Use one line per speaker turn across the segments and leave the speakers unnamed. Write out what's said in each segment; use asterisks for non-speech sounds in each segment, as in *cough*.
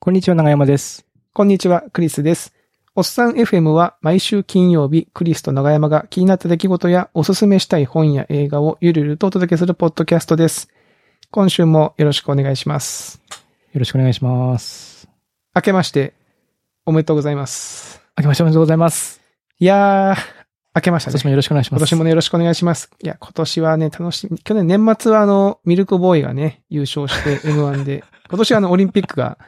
こんにちは、長山です。
こんにちは、クリスです。おっさん FM は毎週金曜日、クリスと長山が気になった出来事やおすすめしたい本や映画をゆるゆるとお届けするポッドキャストです。今週もよろしくお願いします。
よろしくお願いします。
明けまして、おめでとうございます。
明けましておめでとうございます。
いやー、明けました
今
ね
年。もよろしくお願いしま
今
す。
年もね、よろしくお願いします。いや、今年はね、楽しみ。去年年末はあの、ミルクボーイがね、優勝して *laughs* M1 で、今年はあの、オリンピックが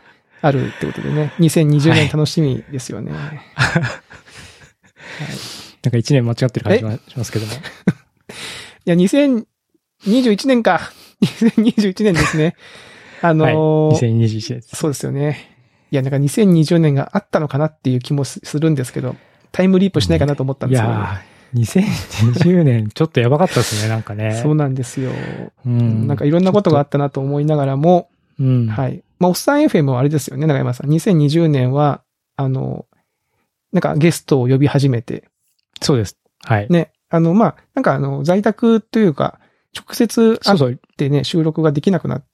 あるってことでね、2020
はい
年楽しみですよね。
なんか一年間違ってる感じがしますけども。
いや、2021年か。2021年ですね。あのー
2021です。
そうですよね。いや、なんか2020年があったのかなっていう気もすするんですけど、タイムリープしないかなと思ったん
い
ですけど、
やー、2020年ちょっとやばかった
*laughs*
ですね、なんかね。
そうなんですよ。
うん。
なんかいろんなことがあったなと思いながらも、
うん。
はい。まあ、おっさん FM はあれですよね、長山さん。2020年は、あの、なんかゲストを呼び始めて、
そうです。はい。
ね、あの、まあ、なんかあの、在宅というか、直接
そ
会
う
っ
そう。
てね、収録ができなくなって、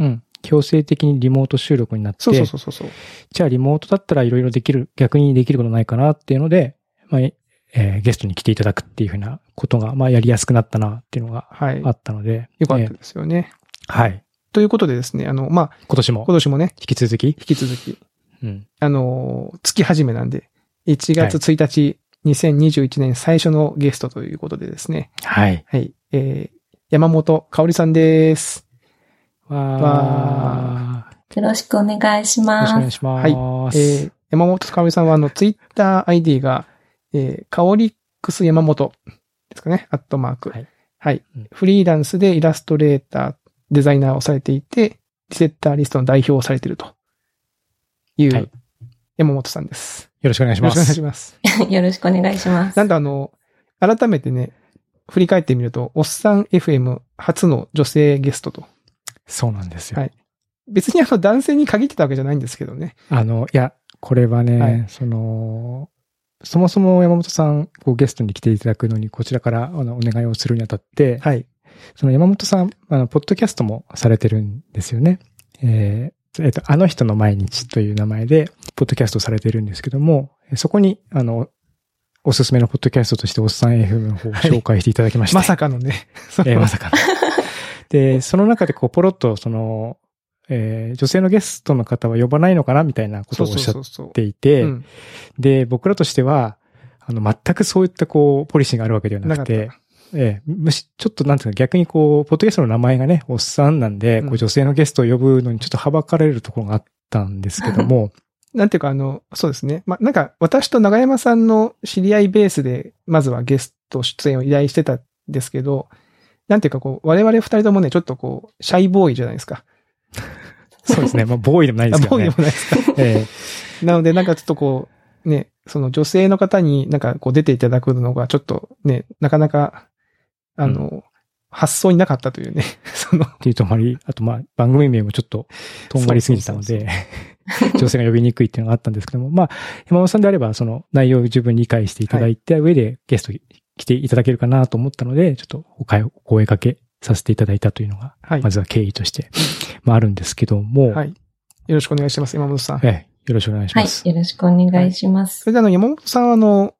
うん。強制的にリモート収録になって、
そうそうそうそう。
じゃあリモートだったらいろいろできる、逆にできることないかなっていうので、まあ、えーゲストに来ていただくっていうふうなことが、まあやりやすくなったなっていうのが
はい。
あったので。
よかっ
え
た
ー
ですよね。
はい。
ということでですね、あの、まあ、
今年も
今年もね、
引き続き。
引き続き、
うん。
あのー、月始めなんで、1
はい
月1日、2021年最初のゲストということでですね、
はい。
はい、えー、山本香織さんです。
わー。
よろしくお願いし
よろしくお願
ま
い
す。
します。
えー山本かおりさんは、あの、ツイッター ID が、えー、カオリックス山本ですかね、アットマーク。
は
はいい。
うん
フリーランスでイラストレーター、デザイナーをされていて、リセッターリストの代表をされているとい
はいう
山本さんです。
よろしくお願いし
よろ
ま
しくお願いし
す。
ます。
よろしくお願いします。
なんとあの、改めてね、振り返ってみると、おっさん FM 初の女性ゲストと。
そうなんですよ。
はい別にあの男性に限ってたわけじゃないんですけどね。
あの、いや、これはね、
はい
その、そもそも山本さん、こうゲストに来ていただくのに、こちらからあのお願いをするにあたって、
はい。
その山本さん、あの、ポッドキャストもされてるんですよね。えーえっと、あの人の毎日という名前で、ポッドキャストをされてるんですけども、そこに、あの、おすすめのポッドキャストとして、おっさん FM の方を紹介していただきました。
まさかのね。 *laughs*
えーまさかの。で、その中でこう、ポロッと、その、えー女性のゲストの方は呼ばないのかなみたいなこと
そ
をお
うそ
っ
う
しゃ
そ
っ
うそう。
ていて、
うん
で、僕らとしては、あの、全くそういったこう、ポリシーがあるわけではなくて
な、
ええ、むし、ちょっとなんていうか逆にこう、ポッドキャストの名前がね、おっさんなんで、
うん
こう女性のゲストを呼ぶのにちょっとはばかれるところがあったんですけど
*laughs*
も、
なんていうか、あの、そうですね。まあ、なんか、私と長山さんの知り合いベースで、まずはゲスト出演を依頼してたんですけど、なんていうか、こう、我々二人ともね、ちょっとこう、シャイボーイじゃないですか。
そうですね、まあ、ボーイでもないですけ
あボ
ど
ーイで
ね
も。ないですか。
ええ
なので、なんかちょっとこう、ね、その女性の方になんかこう出ていただくのが、ちょっとね、なかなか、あの、発想になかったというね、 *laughs* その、
っていうとあまり、あとまあ番組名もちょっととんがりすぎてたの
そうそ
で、 *laughs* 女性が呼びにくいっていうのがあったんですけども、まあ山本さんであればその内容を十分理解していただいた上でゲストに来ていただけるかなと思ったので、ちょっとお声お声掛けさせていただいたというのが、
はい
ま。ずは経緯として、まああるんですけども、
はい。よろしくお願いします、山本さん。
ええよろしくお願いし
は
ま
い。
す。
よろしくお願いしま
それ
す。
であの、山本さんはあの、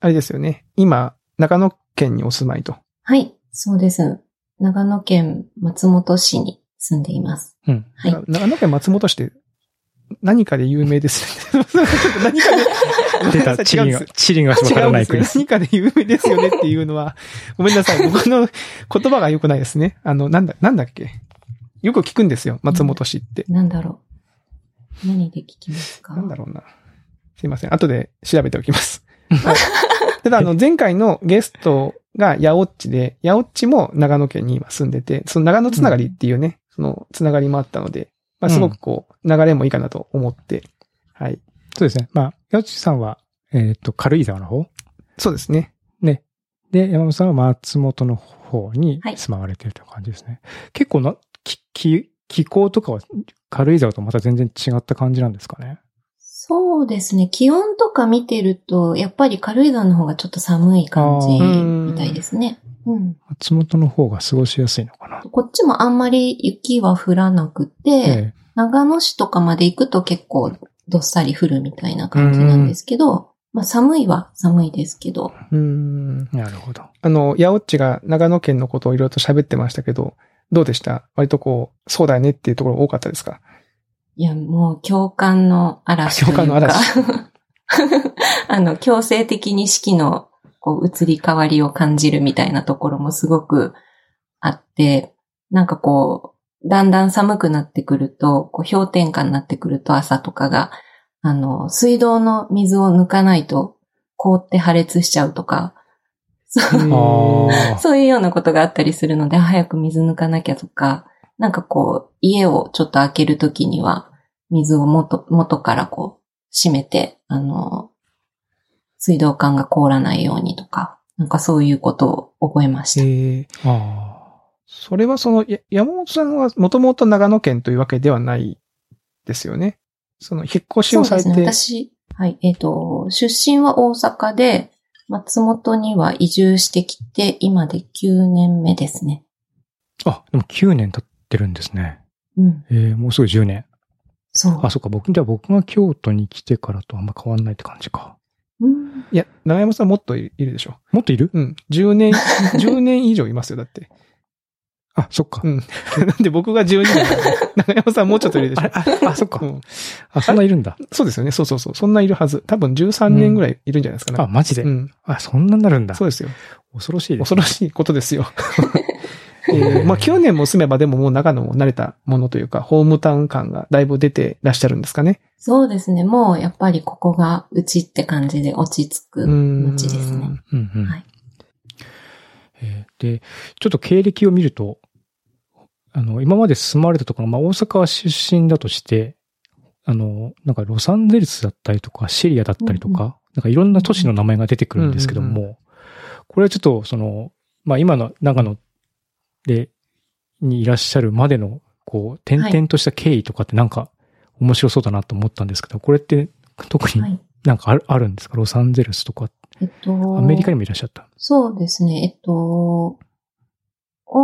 あれですよね。今、中野県にお住まいと。
はい。そうです。長野県松本市に住んでいます。
*laughs*
うん。
はい。
長野県松本市って何かで有名ですよね。 *laughs* ちょっと何かで、
出た、
*laughs* ご
チ
めん
リ
な
が
さい、
チリがわ
違
から
うん
な
で
い
す
ク
よ
イ。ズ。
何かで有名ですよねっていうの *laughs* は、ごめんなさい。僕の言葉が良くないですね。あの、なんだ、なんだっけ。よく聞くんですよ。松本市って。
なんだろう。何で聞きますか
なんだろうな。すいません。後で調べておきます。 *laughs* ただ、あの、前回のゲストが八オッチで、八オッチも長野県に今住んでて、その長野つながりっていうね、そのつながりもあったので、まあ、すごくこう、流れもいいかなと思って、はい。
そうですね。まあ、八内さんは、えっと、軽井沢の方
そうですね。
ね。で、山本さんは松本の方に
はい
住まわれてるという感じですね。結構な、き、き、気候とかは軽井沢とまた全然違った感じなんですかね。
そうですね。気温とか見てると、やっぱり軽井沢の方がちょっと寒い感じ
あ
ー
みたいですね。うん。
松本の方が過ごしやすいのかな。
こっちもあんまり雪は降らなくて、
ええ
長野市とかまで行くと結構どっさり降るみたいな感じなんですけど、まあ寒いは寒いですけど、
うん。
なるほど。
あの、ヤオッチが長野県のことをいろいろと喋ってましたけど、どうでした割とこう、そうだよねっていうところ多かった *laughs* ですか
いやもう共感の嵐というか、
共感の嵐
*laughs* あの強制的に四季のこう移り変わりを感じるみたいなところもすごくあって、なんかこう、だんだん寒くなってくると、こう氷点下になってくると朝とかが、あの、水道の水を抜かないと凍って破裂しちゃうとか、そう
うん
あ
そういうようなことがあったりするので、早く水抜かなきゃとか、なんかこう、家をちょっと開けるときには、水を元、元からこう、閉めて、あの、水道管が凍らないようにとか、なんかそういうことを覚えまし
え
た。
ー、
あ。あ
それはその、や山本さんはもともと長野県というわけではないですよね。その、引っ越し
そう
をされ
です
て。
ね。私、はい、えっ、と、出身は大阪で、松本には移住してきて、今で9年目ですね。
あ。あ、でも9年経ってるんですね。
うん、
えー、もうすぐ10年。
そう
あ、。そっか。僕、じゃあ僕が京都に来てからとあんま変わんないって感じか。
うん
いや、長山さんもっといいるでしょ。
もっといる
うん。10年、10年 *laughs* 以上いますよ、だって。 *laughs*
あ、そっか。
うん。なんで僕が12年なんで。長山さんもうちょっといるでし
あ
ょ
れ。あ、あそっか
う。ん
あ、そんないるんだ。
そうですよね。そうそうそう。そんないるはず。多分13年ぐらいいるんじゃないですかね。
あ、マジで
う。ん。
あ、そんなになるんだ
そ。うですよ。
恐ろしいです
恐
ね。
ろしいことで
*laughs*
すよ。えーまあ9年も住めばでももう長野も慣れたものというか、ホームタウン感がだいぶ出てらっしゃるんですかね。
そうですね。もうやっぱりここがうちって感じで落ち着く
うん。
街ですね。
うんうん
はい
えーで、ちょっと経歴を見ると、あの、今まで住まれたところ、まあ、大阪出身だとして、あの、なんかロサンゼルスだったりとか、シリアだったりとか、
うん
なんかいろんな都市の名前が出てくるんですけども、これはちょっと、その、まあ、今の長野で、にいらっしゃるまでの、こう、点々とした経緯とかってなんか面白そうだなと思ったんですけど、これって特
は
に
い。
なんかあるあるんですかロサンゼルスとか、
えっと、
アメリカにもいらっしゃった。
そうですね。えっと、大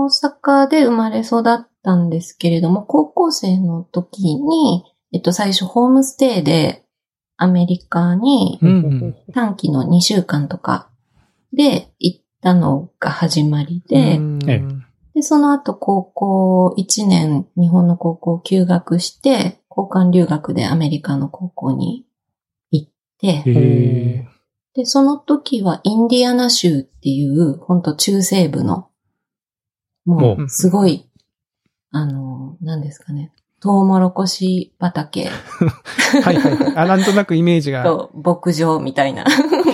阪で生まれ育ったんですけれども、高校生の時に、えっと、最初ホームステイでアメリカに
うんうん
短期の2週間とかで行ったのが始まりで、
うん
ええ
で、その後高校1年日本の高校を休学して、交換留学でアメリカの高校に行って、
へー
で、その時はインディアナ州っていう、本当中西部の、も
お
うすごい、あの、何ですかね、トウモロコシ畑
はいはいはい。あ、なんとなくイメージが、フ
と牧場みたいな。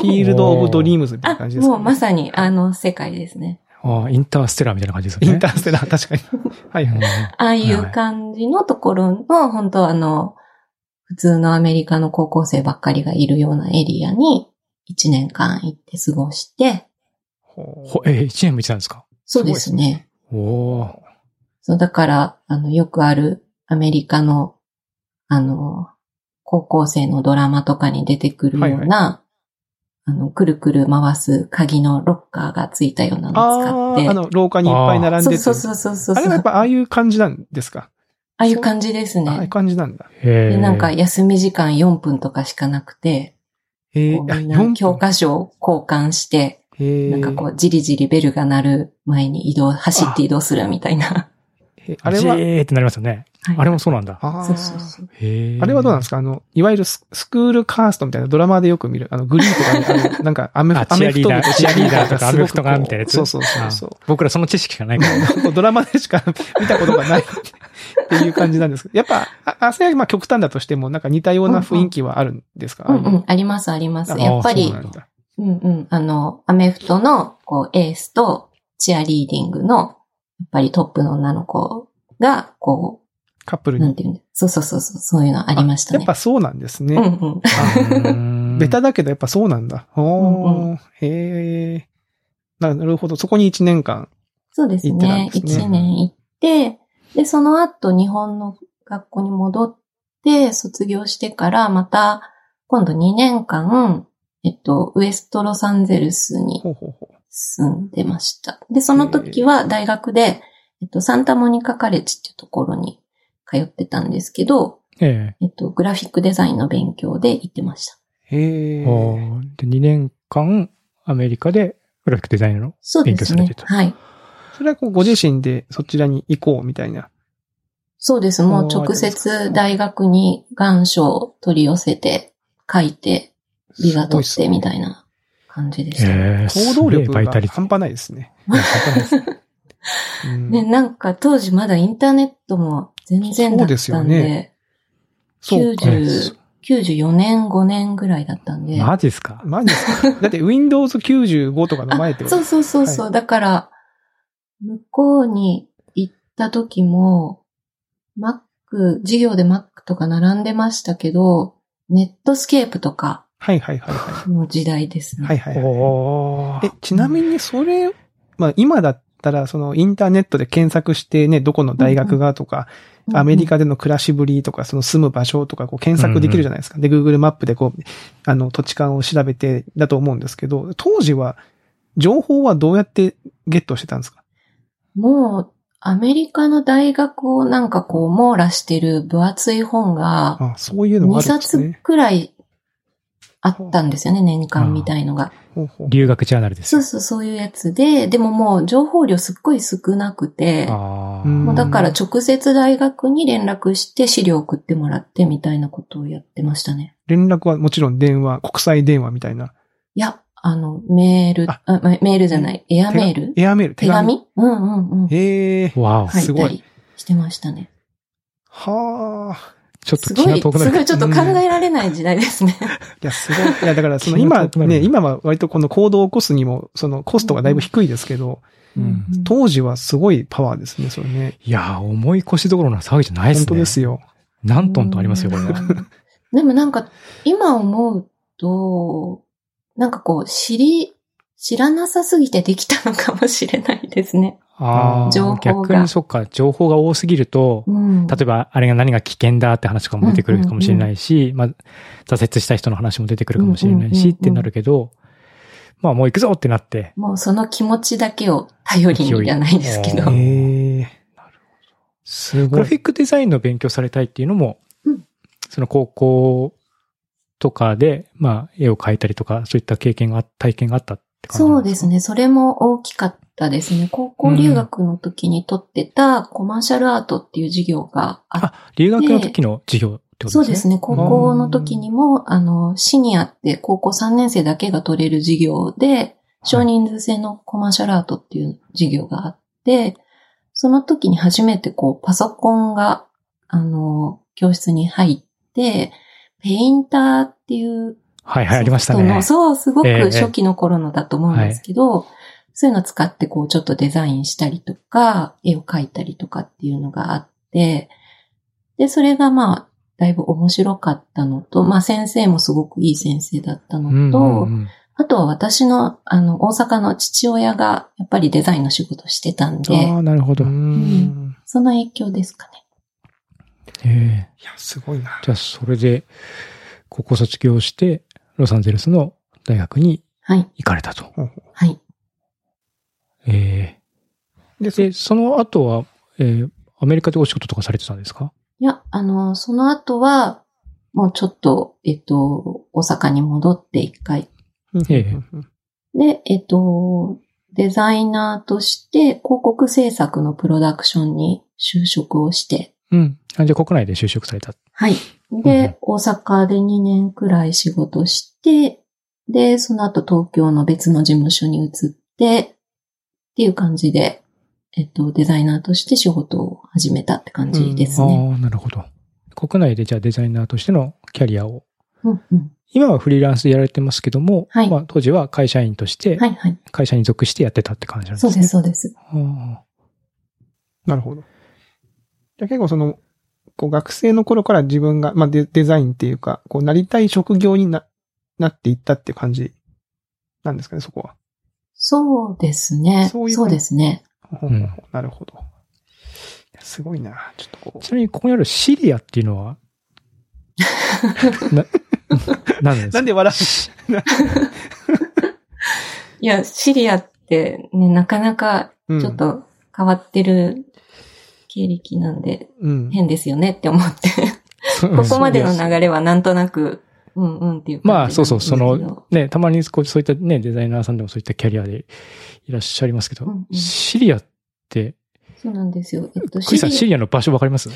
ィールド・オブ・ドリームズみたいな
あ、
感じですか、
もうまさにあ
の、
の世界ですね。
ああ、インターステラーみたいな感じですよ
イ
ね。
ンターステラー、確かに。はいはい。
ああいう感じのところの、本当あの、普通のアメリカの高校生ばっかりがいるようなエリアに、1年間行って過ごして、
うん
ほ
ほえー、1年も行ってたんですか
そうですね。
おおー。
そう、だから、あの、よくあるアメリカの、あの、高校生のドラマとかに出てくるような、
はい
あの、くるくる回す鍵のロッカーがついたようなのを使
あ
っ
あ、
て。
あの、廊下にいっぱい並んで
そう
て。
そうそうそうそう。
あれはやっ
あ
ぱああいう感じなんですか
あいう感じです
ああいう
ね。
感じなんだ。
へ
で、
え。
なんか、休み時間4分とかしかなくて、
ええ
こうみんな教科書を交換して、なんかこう、じりじりベルが鳴る前に移動、走って移動するみたいな。
えあ
あ
れ
れは、
は、
えーってなりますよね。
はい
あれもそうなんだ。
あー
そうそうそう。
へえ。
あれはどうなん
で
ですかあの、いわゆるススクールカーストみたいなドラマでよく見る、あの、グリーとかにあの、なんかアメフ
あ
アメフト部
チアリーダーチアリーダー
と
とかアメフトがみたいなやつ
そうそうそうそう。
僕らその知識がないから。
なんか *laughs* ドラマでし
*laughs*
か見たことがないっていう感じなんですけど、やっぱ、あ、あそれはまあ極端だとしても、なんか似たような雰囲気はあるんですか、
うん
ああいう
うん、ありますあります。
あ
やっぱ
そう
り
な、んだ
うんうん、あの、アメフトの、こう、エースとチアリーディングの、やっぱりトップの女の子が、こ
カップ
う、
ル
なん
に。
ていうんだそうそうそうそう、そういうのありました
やっ
ね。
ぱそうなんです
うんう
ね。
ん。
ベタだけどやっぱそうなんだ。
うん
おー、へえ。ななるほど。そこに1年間。
そうです
行ってたん
ね。
ですね
一、年行って、で、その後日本の学校に戻って、卒業してから、また、今度2年間、えっと、ウエストロサンゼルスに
ほうほうほう。
住んでました。で、その時は大学で、えっと、サンタモニカカレッジっていうところに通ってたんですけど、
え
えっと、グラフィックデザインの勉強で行ってました。
へ
え
え。
おーで、2年間、アメリカでグラフィックデザインの。
そうです
勉強さ
ね
れて。た
はい。
それはこうご自身でそちらに行こうみたいな。
そうです。もう
そう
直
です
接
か
大学に願書を取り寄せて、書いて、ビザ取ってみたいな感じでした。
え
行動力
バイタ
が
リティ
半端ないですね。
いや半端ないですね。
うん
ね、なんか当時まだインターネットも全然だ
そう
ったんで、
ですよねそうか。
90 94年、5年ぐらいだったん
*laughs*
で。
マジっすか
マジです
*laughs*
かだって Windows 95とかの前って
あ
こと
そうそうそうそう。
は
だから、向こうに行った時も、Mac、授業で Mac とか並んでましたけど、ネットスケープとか
はいはいはいは
の時代です
い。
ね。
はいはいはい。
お
え、ちなみにそれ、まあ今だったら、そのインターネットで検索してね、どこの大学がとか、
うんうん
アメリカでの暮らしぶりとか、その住む場所とか、こう検索できるじゃないですか。で、Google マップでこう、あの、土地勘を調べてだと思うんですけど、当時は、情報はどうやってゲットしてたんですか
もう、アメリカの大学をなんかこう網羅してる分厚い本が、
あそういうのがあ
2
るんです
冊
ね。
くらいあったんですよね、年間みたいのが。
ほうほう
留学ジャーナルです
そう
よ。
そう、そういうやつで、でももう情報量すっごい少なくて、
ああ。
うん
もうだから直接大学に連絡して資料送ってもらってみたいなことをやってましたね。
連絡はもちろん電話、国際電話みたいな。
いや、あの、メール、
あ
あまメールじゃない、エアメール
エアメール、
手紙うんうんうん。
へえ。
わお。
書
す
い
ご
た
い
りしてましたね。
はあ。
ちょっ
す
と
ご
気が
い、
遠くな
すご
る。
いちょっと考えられない時代ですね。
いや、すごい。
*laughs*
いや、だから、その
気が
今
遠くなる
ね、今は割とこの行動を起こすにも、そのコストがだいぶ低いですけど、
うん
当時はすごいパワーですね、それね。
いやー、重い腰どころの騒ぎじゃないですね。
本当ですよ。
何トンとありますよ、これは。
うんでもなんか、今思うと、なんかこう、知り、知らなさすぎてできたのかもしれないですね。
ああ
情報が、
逆にそっか、情報が多すぎると、
うん。
例えば、あれが何が危険だって話とかも出てくるかもしれないし、まあ、挫折した人の話も出てくるかもしれない
うんうんうんう
し、
ん
ってなるけど、まあ、もう行くぞってなって、
もうその気持ちだけを頼りにじゃないですけ
う
ど
勢
*laughs*
んい。
へえ。
すグラフィックデザインの勉強されたいっていうのも、
うん
その高校とかで、まあ、絵を描いたりとか、そういった経験があ、体験があったって感じ
そ
なん
うです
ね。
ね。それも大きかったですね。高校留学の時に取ってたコマーシャルアートっていう授業があって、
あ、留学の時の授業ってことです
そ
ね。
うですね。高校の時にも、あの、シニアって高校3年生だけが取れる授業で、少人数制のコマーシャルアートっていう授業があって、その時に初めてこう、パソコンが、あの、教室に入って、ペインターっていう
はいはい、ありました
ソフト
ね
の。そう、すご
ええ
く初期の頃のだと思うんですけど、そういうのを使ってこうちょっとデザインしたりとか、絵を描いたりとかっていうのがあって、で、それがまあ、だいぶ面白かったのと、まあ先生もすごくいい先生だった
うん
の
う
と、
んうん
あとは私の、あの、大阪の父親がやっぱりデザインの仕事してたん
あ
で、
あ、なるほ
う
ど。
ん。
その影響ですかね。
ええ
いや、すごいな。
じゃあ、それで、高校卒業して、ロサンゼルスの大学に
はい、
行かれたと。
はい。
え
で、
ーで、その後は、えーアメリカでお仕事とかされてたんですか
いや、あの、その後は、もうちょっと、えっと、大阪に戻って一回
うん
ええ
うん
で、えっと、デザイナーとして広告制作のプロダクションに就職をして、
うん。あじゃあ、国内で就職された。
はい。
うん
で、大阪で2年くらい仕事して、で、その後東京の別の事務所に移って、っていう感じで、えっと、デザイナーとして仕事を始めたって感じですね。
ああ、なるほど。国内でじゃあデザイナーとしてのキャリアを、
うんうん。
今はフリーランスでやられてますけども、
はい
まあ、当時は会社員として
は、いはい。
会社に属してやってたって感じなんですね。
そうです、そうです。
あ
なるほど。じゃあ結構その、こう学生の頃から自分が、まあデデザインっていうか、こうなりたい職業にな、なっていったっていう感じなんですかね、そこは。
そうですね。
そういう
そうですね。
ほうほうほうなるほど。いやすごいな。ちょっとこ
あちなみに、ここにあるシリアっていうの
*laughs*
は、な、何なんです
う。な
か
んで笑
いや、シリアってね、なかなか
ううん
ちょっと変わってる経歴なんで、
うん。
変ですよねって思って、
そう
*laughs* ここまでの流れはなんとなく、うんうんっていう感じ
まあ、そうそう、そ
なんですけど
の、ね、たまにこう、そういったね、デザイナーさんでもそういったキャリアでいらっしゃいますけど、
うんうん
シリアって、
そうなんですよ。えっと、
クリスさん、シ
リ
リアの場所わかります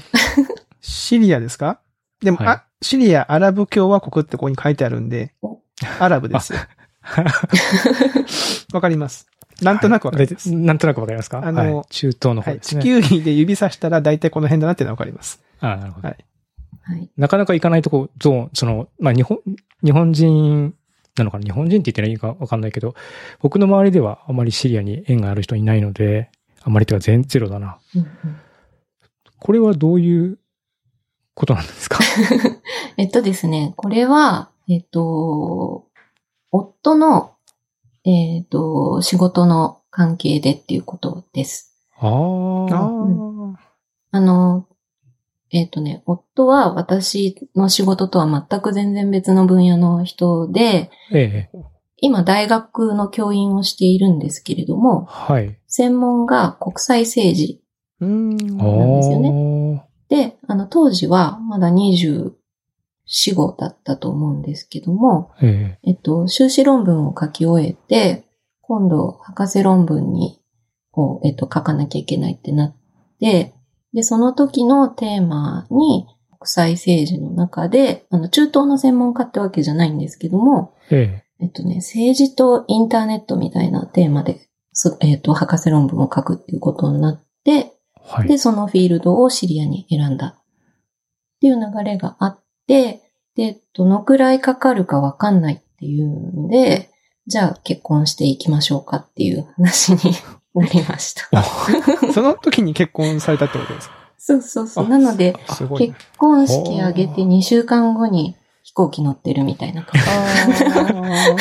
シリアですかでも、
はい
あ、シリアアラブ共和国ってここに書いてあるんで
お、
アラブですよ。 *laughs* わかります。なんとなくわかります。
はいなんとなくわかりますか
あの
はい中東の
は
方
い、
です
地
ね。
球儀で指さしたら大体この辺だなっていうのはわかります。
あなるほど。
はい
はい。
なかなか行かないとこ、ゾーン、その、まあ、日本、日本人なのかな日本人って言ってないかわかんないけど、僕の周りではあまりシリアに縁がある人いないので、あまりというか全ゼロだな。
うんうん
これはどういうことなんです
*laughs*
か
えっとですね、これは、えっと、夫の、えっと、仕事の関係でっていうことです。
ああ。
ー
あの、えっとね、夫は私の仕事とは全く全然別の分野の人で、
ええ。
今大学の教員をしているんですけれども、
はい。
専門が国際政治
うーん。
あ
ーなんですよ
あ。
で、あの、当時はまだ24、5だったと思うんですけども、
え
えっと、修士論文を書き終えて、今度、博士論文に、を、えっと、書かなきゃいけないってなって、で、その時のテーマに、国際政治の中で、あの、中東の専門家ってわけじゃないんですけども、
え。え
えっとね、政治とインターネットみたいなテーマで、そえっと、博士論文を書くっていうことになって、
え。は
で、
い。
そのフィールドをシリアに選んだっていう流れがあって、で、どのくらいかかるかわかんないっていうんで、じゃあ結婚していきましょうかっていう話になりました。
その時に結婚されたってことですか
そうそうそ
あ
う。なので、
すごい
結
ね。
婚式挙げて2週間後に飛行機乗ってるみたいな感じ。
あー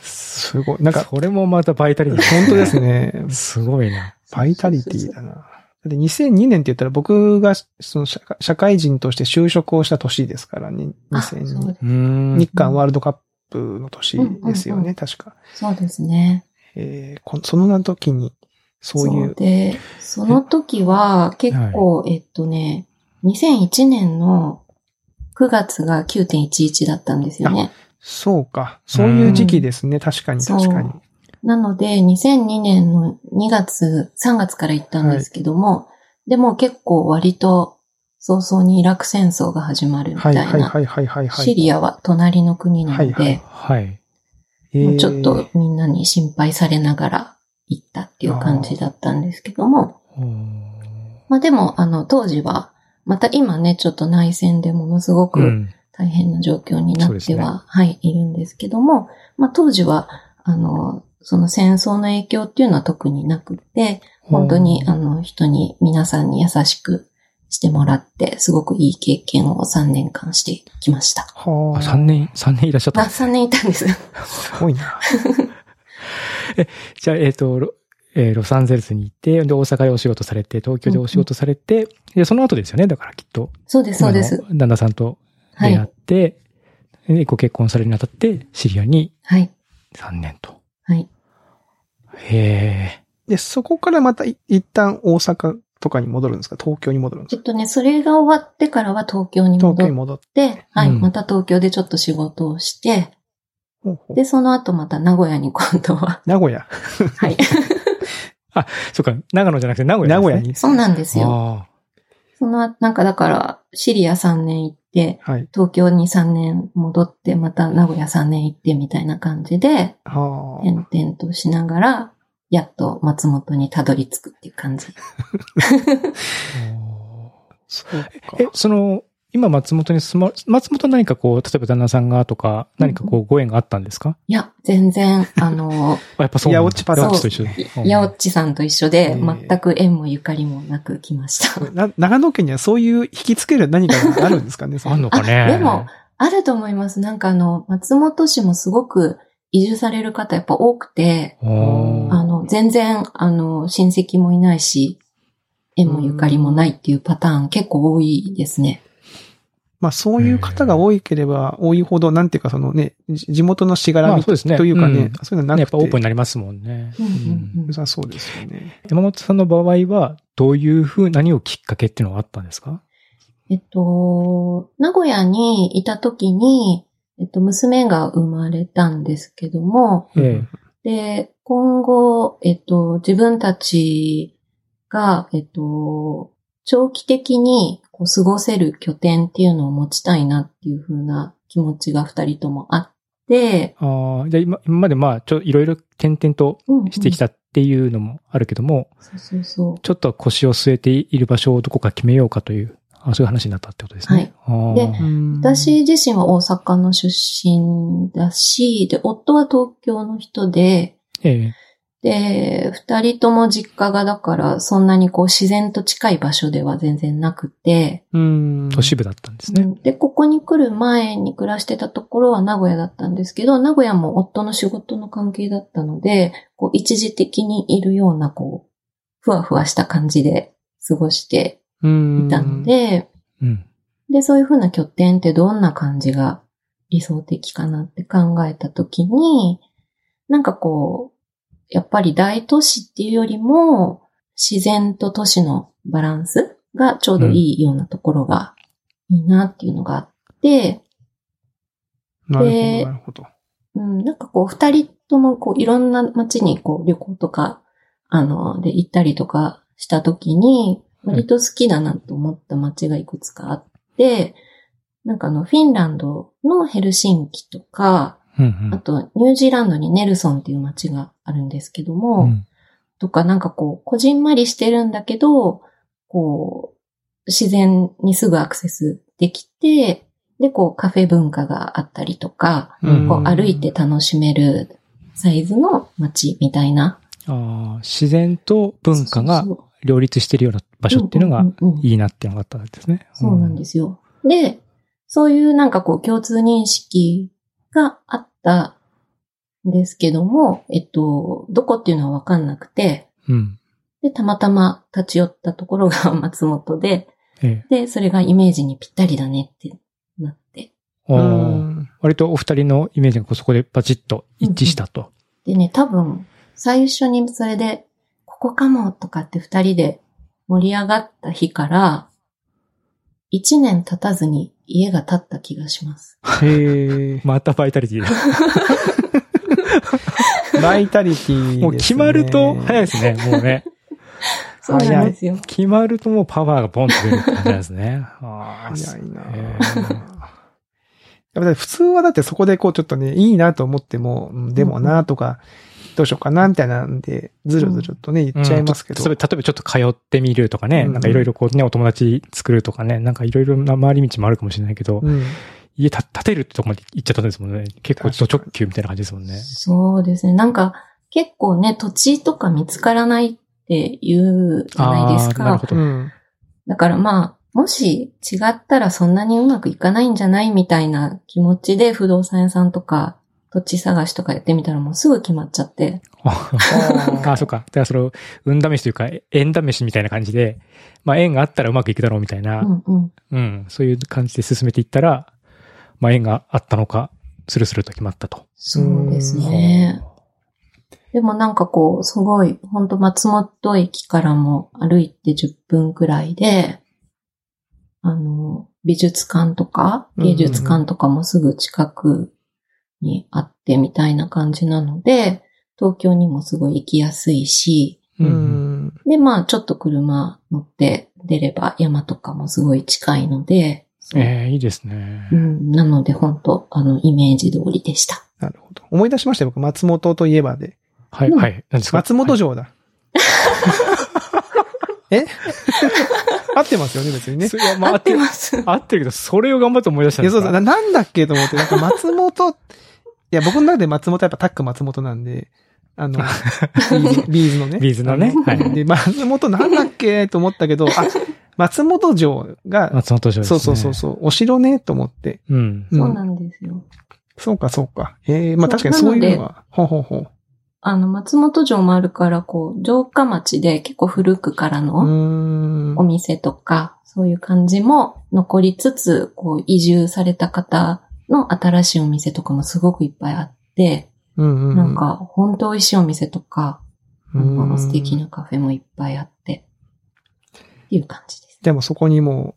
*laughs* すごい。なんか、
それもまたバイタリティ。
本当です。ね。
すごいな。
バイタリティだな。だって2002年って言ったら僕がその社会社会人として就職をした年ですからね。
あそう
2002
です
うーん。
日韓ワールドカップの年ですよ
うんうんう
ね、確か。
そうですね。
えーこんその名の時に、そういう。
で、その時は結構、えっとね、2001年の9月が9.11だったんですよね。
そうか。そういう時期ですね。確かに、
そう
確かに。
なので、2002年の2月、3月から行ったんですけども、でも結構割と早々にイラク戦争が始まるみた
はいい、
な。
はい、はい、はい、はい。はい
シリアは隣の国なので、
はい
はい。
え
もう
ー
ちょっとみんなに心配されながら行ったっていう感じだったんですけども、
おー
まあでも、あの、当時は、また今ね、ちょっと内戦でものすご
う
く
ん。
大変な状況にな
そう
っ
です
て
ね
は、はい、いるんですけども、まあ当時は、あの、その戦争の影響っていうのは特になくて、本当に、あの、人に、皆さんに優しくしてもらって、すごくいい経験を3年間してきました。
あ、
は
3年、三年いらっしゃっ
あ、
た。
3年いたんです。 *laughs*
すごいな。
じゃあ、えっ、と、ロえーロサンゼルスに行って、で、大阪でお仕事されて、東京でお仕事されて、で、その後ですよね、だからきっと。
そうです、そうです。
今の旦那さんと
は
出会っ
い。
て、でご結婚されるにあたって、シリアに
はい。
3年と。
はい。
へえ。
で、そこからまたい一旦大阪とかに戻るんですか東京に戻るんです
え
か
っとね、それが終わってからは東京に戻
東京
っ
に戻って。
で、はい、
うん
また東京でちょっと仕事をして、
ほうほう
で、その後また名古屋に今度
*laughs*
は、
名古屋。
はい。
そっか、長野じゃなくて名古
名
屋
古屋
ですね、
に。
そうなんですよ。
あ
その、なんかだから、シリア3年行って、
はい。
東京に3年戻って、また名古屋3年行ってみたいな感じで、
はあ。
転々としながら、やっと松本にたどり着くっていう感じ。
あ。
そうか。
え、その、今松本に住ま、松本何かこう、例えば旦那さんがとか、何かこう、ご縁があったんですか、
いや、全然、あの、
あやっぱそうなんだ
八百地パターン
八百地と一緒だうん
やおっちさんと一緒で、
えー
全く縁もゆかりもなく来ました。
な長野県にはそういう引きつける何かがあるんですかねそ
あんのかね
あでも、あると思います。なんかあの、松本市もすごく移住される方やっぱ多くて、
お
あ
ー
の、全然、あの、親戚もいないし、縁もゆかりもないっていうパターン結構多いですね。
まあそういう方が多いければ多いほど、なんていうかそのね、じ地元のしがら
まあ
み
そうですね
というか
う
ね
ん、
そういうの
ね
はな
や
く
ってぱオープンになりますもんね。
うんうんうん
良さそうですよね。
山本さんの場合は、どういうふう、何をきっかけっていうのはあったんですか
えっと、名古屋にいた時に、えっと、娘が生まれたんですけども、
ええ
うん
で、今後、えっと、自分たちが、えっと、長期的にこう過ごせる拠点っていうのを持ちたいなっていう風な気持ちが二人ともあって、
ああ、じゃあ今今までまあ、ちょ、いろいろ点々と
うんうん
してきたっていうのもあるけども、
そうそうそう。
ちょっと腰を据えている場所をどこか決めようかという、あそういう話になったってことですね。
で
ああ
私自身は大阪の出身だし、で、夫は東京の人で、
ええ
で、二人とも実家がだから、そんなにこう自然と近い場所では全然なくて、
うん、
都市部だったんですね。
で、ここに来る前に暮らしてたところは名古屋だったんですけど、名古屋も夫の仕事の関係だったので、こう一時的にいるような、こう、ふわふわした感じで過ごして
部
いたの、で、
うん。
で、そういうふうな拠点ってどんな感じが理想的かなって考えたときに、なんかこう、やっぱり大都市っていうよりも、自然と都市のバランスがちょうどいいようなところがいいなっていうのがあって、
なるほど、
で
なるほど。
うん、なんかこう、二人ともこう、いろんな街にこう、旅行とか、あの、で行ったりとかした時に、
い
割と好きだなと思った街がいくつかあって、なんかあの、フィンランドのヘルシンキとか、
うん
あと、ニュージーランドにネルソンっていう街があるんですけど
うん。
も、
うん
とか、なんかこう、こじんまりしてるんだけど、こう、自然にすぐアクセスできて、で、こう、カフェ文化があったりとか、
うん
こう歩いて楽しめるサイズの街みたいな。
ああ自然と文化が
そうそうそう
両立しているような場所っていうのが
んんうんうん
いいなっていうのがあったんですね。。
そうなんですすよ。で、そういうなんかこう共通認識があったんですけども、えっと、どこっていうのはわかんなくて、
うん。
で、たまたま立ち寄ったところが *laughs* 松本で、
ええ。
で、それがイメージにぴったりだねってなって。
ああ
うん
割とお二人のイメージがそこでバチッと一致したと。
でね、多分、最初にそれで、ここかもとかって二人で盛り上がった日から、一年経たずに家が建った気がします。
へえ
またバイタリティ。
バイタリティですね
もう決まると早いですね、もうね。
*laughs* そうなんですよ。
決まるともうパワーがボンと出るって感じなんですね。ああ
早いなぁ。
え
やっぱり普通はだってそこでこうちょっとね、いいなと思っても、うんでもなとか、どうしようかなみたいなんで、ずるずるとね、言っちゃいますけど。
うん例えば例えばちょっと通ってみるとかね、
うん
なんかいろいろこうね、お友達作るとかね、なんかいろいろな回り道もあるかもしれないけど、
うん
家た建てるってとこまで行っちゃったんですもんね。結構ド
確かに
直球みたいな感じですもんね。
そうですね。なんか、結構ね、土地とか見つからないって言うじゃないです
あーなる
か
ほ。ど *laughs*
うん。
だからまあ、もし違ったらそんなにうまくいかないんじゃないみたいな気持ちで不動産屋さんとか土地探しとかやってみたらもうすぐ決まっちゃって。
ああ、そっか。だからその、運試しというか、縁試しみたいな感じで、まあ縁があったらうまくいくだろうみたいうな、
んうん。
うん、そういう感じで進めていったら、まあ縁があったのか、スルスルと決まったと。
そうですね。でもなんかこう、すごい、ほんと松本駅からも歩いて10分くらいで、あの、美術館とか
うんうんう
芸
ん
術館とかもすぐ近くにあってみたいな感じなので、東京にもすごい行きやすいし、
う
うん
ん。
で、まあちょっと車乗って出れば山とかもすごい近いので、そう
ええいいですね。
うん、なので本当あの、イメージ通りでした。
なるほど。思い出しましたよ、僕。松本といえばで。
はい、
うん
はい。何ですか
松本
*laughs*
城だ。え *laughs* 合ってますよね、別にね。
ね。それはまあ合
合っ
っててる、
ます。
合ってるけど、それを頑張って思い出したん
い
で
や、
す
そ
か
うそう。ななんだっけと思って、なんか松本、いや、僕の中で松本はやっぱタック松本なんで、あの、ビーズビーズのね。
ビーズのね
あ
はい
で、松本なんだっけと思ったけど、あ、松本城が、
松本城です
そ
ね。
うそうそう、そうお城ね、と思って。
うん。
うん
そうなんですよ。
そうか、そうか。ええまあ
そう
確かにそういうのは、ほうほうほう。
あの、松本城もあるから、こう、城下町で結構古くから
うー
の
ん
お。店とか、そういう感じも残りつつ、こう、移住された方の新しいお店とかもすごくいっぱいあって、
うんうんうん。
なんか、本当美味しいお店とか、
うん、
なんか素敵なカフェもいっぱいあって、っていう感じです。
でもそこにも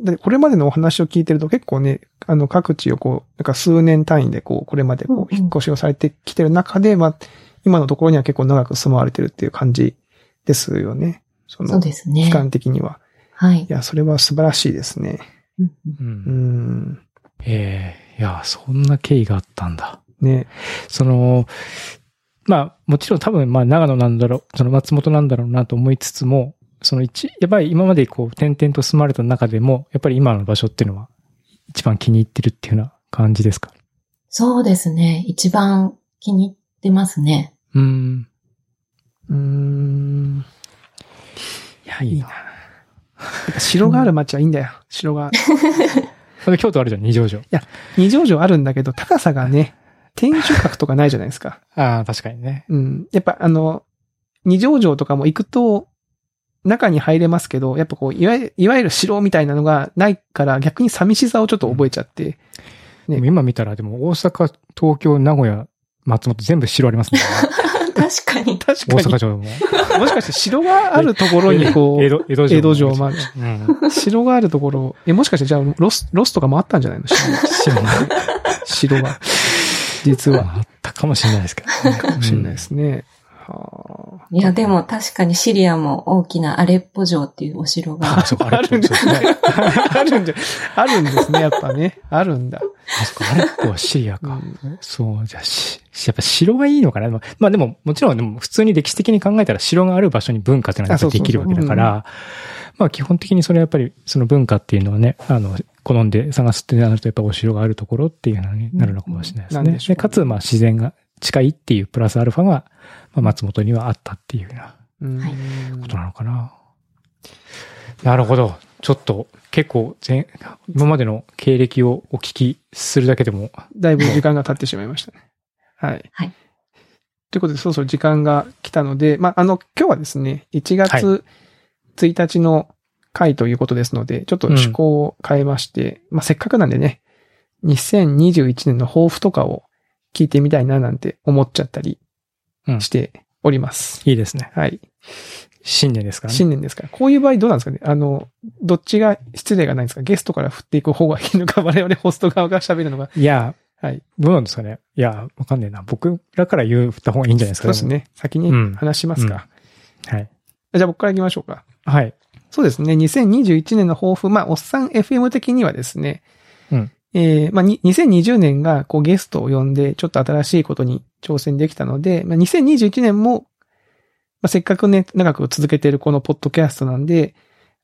う、で、これまでのお話を聞いてると結構ね、あの各地をこう、なんか数年単位でこう、これまでこう、
うんうん
引っ越しをされてきてる中で、まあ、今のところには結構長く住まわれてるっていう感じですよね。そ
そ
の
う、ですね
期。間的には。
はい
い。や、それは素晴らしいですね。
うんうん
うん
うん。
ええいや、そんな経緯があったんだ。
ね。
その、まあ、もちろん多分、まあ、長野なんだろう、その松本なんだろうなと思いつつも、その一、やっぱり今までこう、点々と住まれた中でも、やっぱり今の場所っていうのは、一番気に入ってるっていうような感じですか
そうですね。一番気に入ってますね。
うん。
うん。
いや、いいな。
やっぱ城がある街はいいんだよ。城
だ
が。
って京都あるじゃん、二条城。
二条城あるんだけど、高さがね、天守閣とかないじゃないですか。
ああ、確かにね。
うん。やっぱあの、二条城とかも行くと、中に入れますけど、やっぱこう、いわゆる、いわゆる城みたいなのがないから、逆に寂しさをちょっと覚えちゃって。ね
でも今見たら、でも大阪、東京、名古屋、松本全部城ありますね。
*laughs* 確かに。
確
大
かに、
阪城も。
もしかして城があるところにこ
江戸、
う、
江戸城も。
江戸城まで、
うん。
城があるところ、え、もしかしてじゃあ、ロス、ロスとかもあったんじゃないの城が
城も
城が。実は。
あったかもしれないですけどね。
かもしれないですね。はあ
いや、でも確かにシリアも大きなアレッポ城っていうお城
*laughs*
が
あ、そうか、あ
あ
れ
るん
で
ですす
ね。
ね。あるんじゃ、あるんですね、やっぱね。あるんだ。
あ、そっか、あれっこはシリア
う
か。
ん
そう、じゃあ、し、やっぱ城がいいのかな。まあまあでも、もちろん、でも普通に歴史的に考えたら城がある場所に文化っていうのは
あそうそう
できるわけだから、まあ基本的にそれはやっぱり、その文化っていうのはね、あの、好んで探すってなると、やっぱお城があるところっていうのになるのかもしれないです
うんうんなん
ね
で。しょう
でかつ、まあ自然が近いっていうプラスアルファが、まあ松本にはあったっていうような
うん
はい
ことなのかな。なるほど。ちょっと結構前、今までの経歴をお聞きするだけでも、
だいぶ時間が経ってしまいましたね。はい。
はい
ということで、そろそろ時間が来たので、まあ、あの、今日はですね、1
は
月1日の回ということですので、ちょっと趣向を変えまして、まあ、せっかくなんでね、2021年の抱負とかを聞いてみたいななんて思っちゃったり
うん
しております。
いいですね。
はい。
新年ですからね。
新年ですから。こういう場合どうなんですかねあの、どっちが失礼がないんですかゲストから振っていく方がいいのか、 *laughs* 我々ホスト側が喋るのが。
いや、
はい。
どうなんですかね。いや、わかんねえな。僕らから言った方がいいんじゃないですか。
そうですね。先に
うん
話しますか。
でも。はい。
じゃあ僕から行きましょうか。
はい。
そうですね。2021年の抱負。まあ、おっさん FM 的にはですね。
うん
えーまあ、に2020年がこうゲストを呼んで、ちょっと新しいことに挑戦できたので、まあ、2021年も、まあ、せっかくね、長く続けてるこのポッドキャストなんで、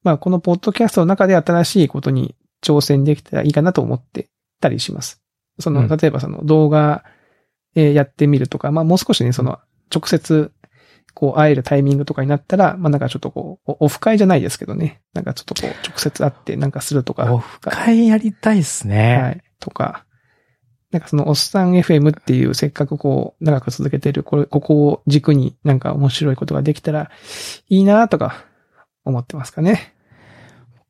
まあ、このポッドキャストの中で新しいことに挑戦できたらいいかなと思ってたりします。そうの、
ん
例えばその動画、えーやってみるとか、まあ、もう少しね、その、直接こう会えるタイミングとかになったら、まあなんかちょっとこう、おオフ会じゃないですけどね。なんかちょっとこう、直接会ってなんかするとか。
オフ会やりたいですね。
はい。とか。なんかそのおっさん FM っていうせっかくこう、長く続けてる、これ、ここを軸になんか面白いことができたらいいなとか思ってますかね。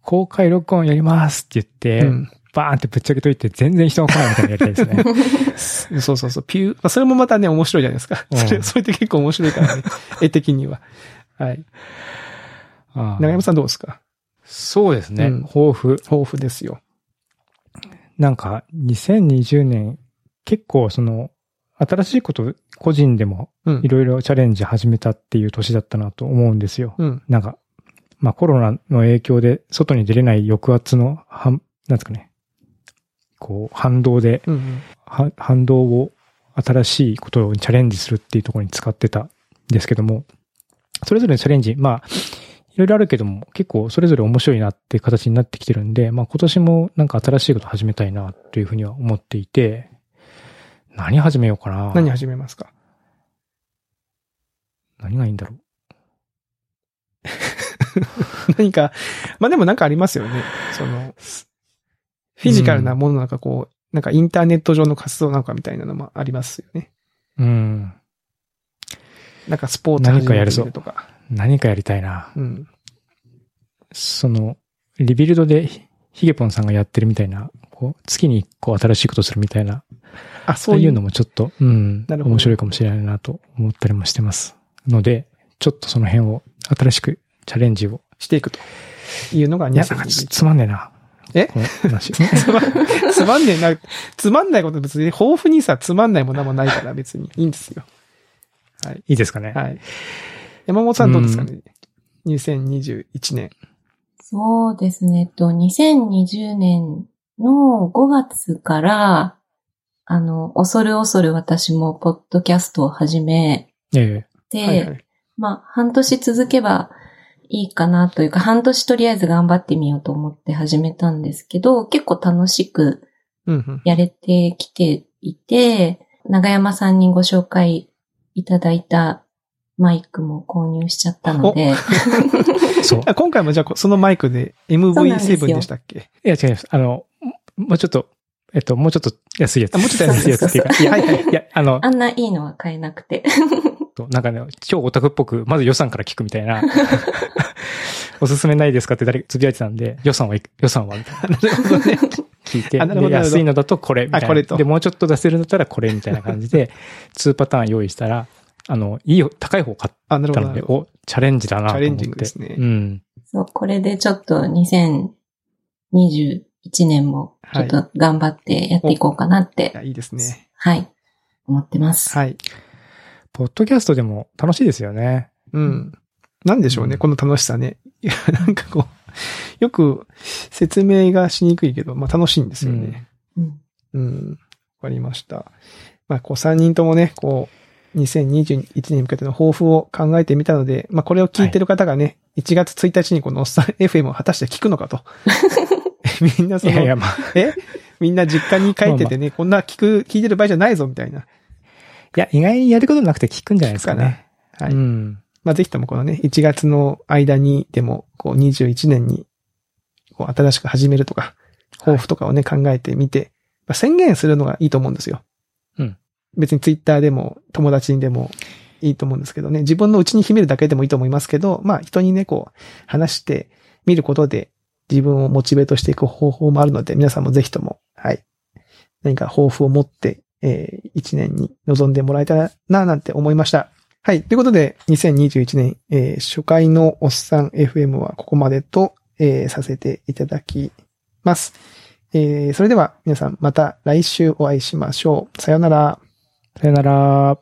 公開録音やりますって言って、
うん。
バーンってぶっちゃけといて全然人が来ないみたいなのやりたいです
*laughs*
ね。
そうそうそう。ピュー。まあそれもまたね、面白いじゃないですか。
うん
それ、それって結構面白いから
*laughs*
ね。絵的には。はい。
あ
長山さんどうですか
そうですね。
うん
抱負。
豊富ですよ。
なんか、2020年、結構その、新しいこと、個人でも
うん
い。ろいろチャレンジ始めたっていう年だったなと思うんですよ。
うん。
なんか、まあコロナの影響で外に出れない抑圧の反、なんですかね、こう反動で、
うんうん。
は反動を新しいことにチャレンジするっていうところに使ってたんですけども、それぞれのチャレンジ、まあ、いろいろあるけども、結構それぞれ面白いなっていう形になってきてるんで、まあ今年もなんか新しいこと始めたいなというふうには思っていて、何始めようかな。
何始めますか
何がいいんだろう。
*laughs* 何か、まあでもなんかありますよね。その、フィジカルなものなんかこう、なんかインターネット上の活動なんかみたいなのもありますよね。
うん。
なんかスポーツ始めてみるとか。
何かやりたいな。
うん。
その、リビルドでヒヒゲポンさんがやってるみたいな、こう、月に1個新しいことするみたいな、
あ、
そ
そううい
いううのもちょっと、うん、
なるほど
面白いかもしれないなと思ったりもしてます。ので、ちょっとその辺を、新しくチャレンジを。
していくというのが
いや、
2
なんかちょっ
月
とつまんねえな。
え
この
*laughs*
話。
つまんつまんねえな。つまんないこと別に、豊富にさ、つまんないものもないから別にいいんですよ。
いいですかね。
はい。山本さんどうですかね、?2021 年。
そうですね。えっと、2020年の5月から、あの、恐る恐る私もポッドキャストを始め
え
て、
はいはい。
まあ、半年続けばいいかなというか、半年とりあえず頑張ってみようと思って始めたんですけど、結構楽しく
うんうん。
やれてきていて、長山さんにご紹介いただいたマイクも購入しちゃったので、
えそう。
あ今回もじゃあこ、そのマイクで
そうなんですよ
MV7 でしたっけ *laughs*
いや、違います。あの、ももうちょっと、えっと、もうちょっと安いやつ。
あもうちょっと安いやつ
安いやつっていうか、いや、いや、あの、
あんないいのは買えなくて。 *laughs*
となんかね、超オタクっぽく、まず予算から聞くみたいな。
*laughs*
おすすめないですかって誰かつぶやいてたんで、予算はいく、予算はみたいな。聞いて、
あなるほど
で
なるほど
安いのだとこれみたいな。
あこれと
で、もうちょっと出せるんだったらこれみたいな感じで、2パターン用意したら、あの、いいよ、高い方買っ
あ、なる
た
ほど
の
な
で、
るほど。
お、チャレンジだなと思って。
チャレンジングですね
うん。
そう、これでちょっと2021年もちょっと頑張ってやっていこうかなっ
いや
て、
いいですね。
はい、思ってます。
はい。
ポッドキャストでも楽しいですよね。
うん。なんでしょう
う
ね、
ん
この楽しさね。 *laughs* いやなんかこう、よく説明がしにくいけど、まあ楽しいんですよね。
うん
うん。わかりました。まあこう3人ともね、こう、2021年に向けての抱負を考えてみたので、まあこれを聞いてる方がね、1月1日にこのおっさん *laughs* FM を果たして聞くの
*laughs*
かと。みんないその、
やいや、まあ、
えみんな実家に帰っててね、こんな聞く、聞いてる場合じゃないぞみたいな。
いや、意外にやることなくて聞くんじゃないですかね。
かねはい
うん。
まあ、ぜひともこのね、1月の間にでも、こう、21年に、こう、新しく始めるとか、抱負とかをね、考えてみて、まあ、宣言するのがいいと思うんですよ。
うん。
別にツイッターでも、友達にでもいいと思うんですけどね、自分の内に秘めるだけでもいいと思いますけど、まあ、人にね、こう、話してみることで、自分をモチベートしていく方法もあるので、皆さんもぜひとも、はい。何か抱負を持って、えー、1年に臨んでもらえたらな、なんて思いました。はい。ということで、2021年、えー初回のおっさん FM はここまでと、えーさせていただきます。えーそれでは皆さんまた来週お会いしましょう。さようなら。
さよなら。